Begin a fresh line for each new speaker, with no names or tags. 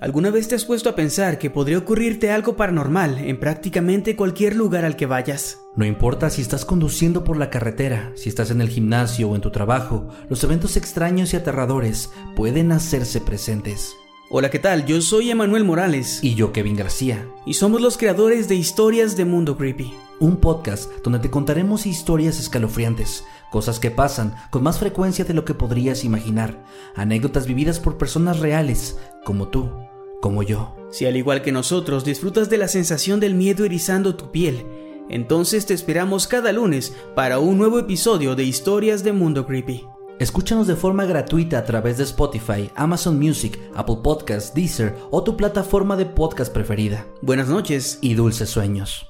¿Alguna vez te has puesto a pensar que podría ocurrirte algo paranormal en prácticamente cualquier lugar al que vayas?
No importa si estás conduciendo por la carretera, si estás en el gimnasio o en tu trabajo, los eventos extraños y aterradores pueden hacerse presentes.
Hola, ¿qué tal? Yo soy Emanuel Morales
Y yo, Kevin García,
y somos los creadores de Historias de Mundo Creepy.
un podcast donde te contaremos historias escalofriantes, cosas que pasan con más frecuencia de lo que podrías imaginar, anécdotas vividas por personas reales, como tú, como yo.
Si al igual que nosotros disfrutas de la sensación del miedo erizando tu piel, entonces te esperamos cada lunes para un nuevo episodio de Historias de Mundo Creepy.
Escúchanos de forma gratuita a través de Spotify, Amazon Music, Apple Podcasts, Deezer o tu plataforma de podcast preferida.
Buenas noches.
Y dulces sueños.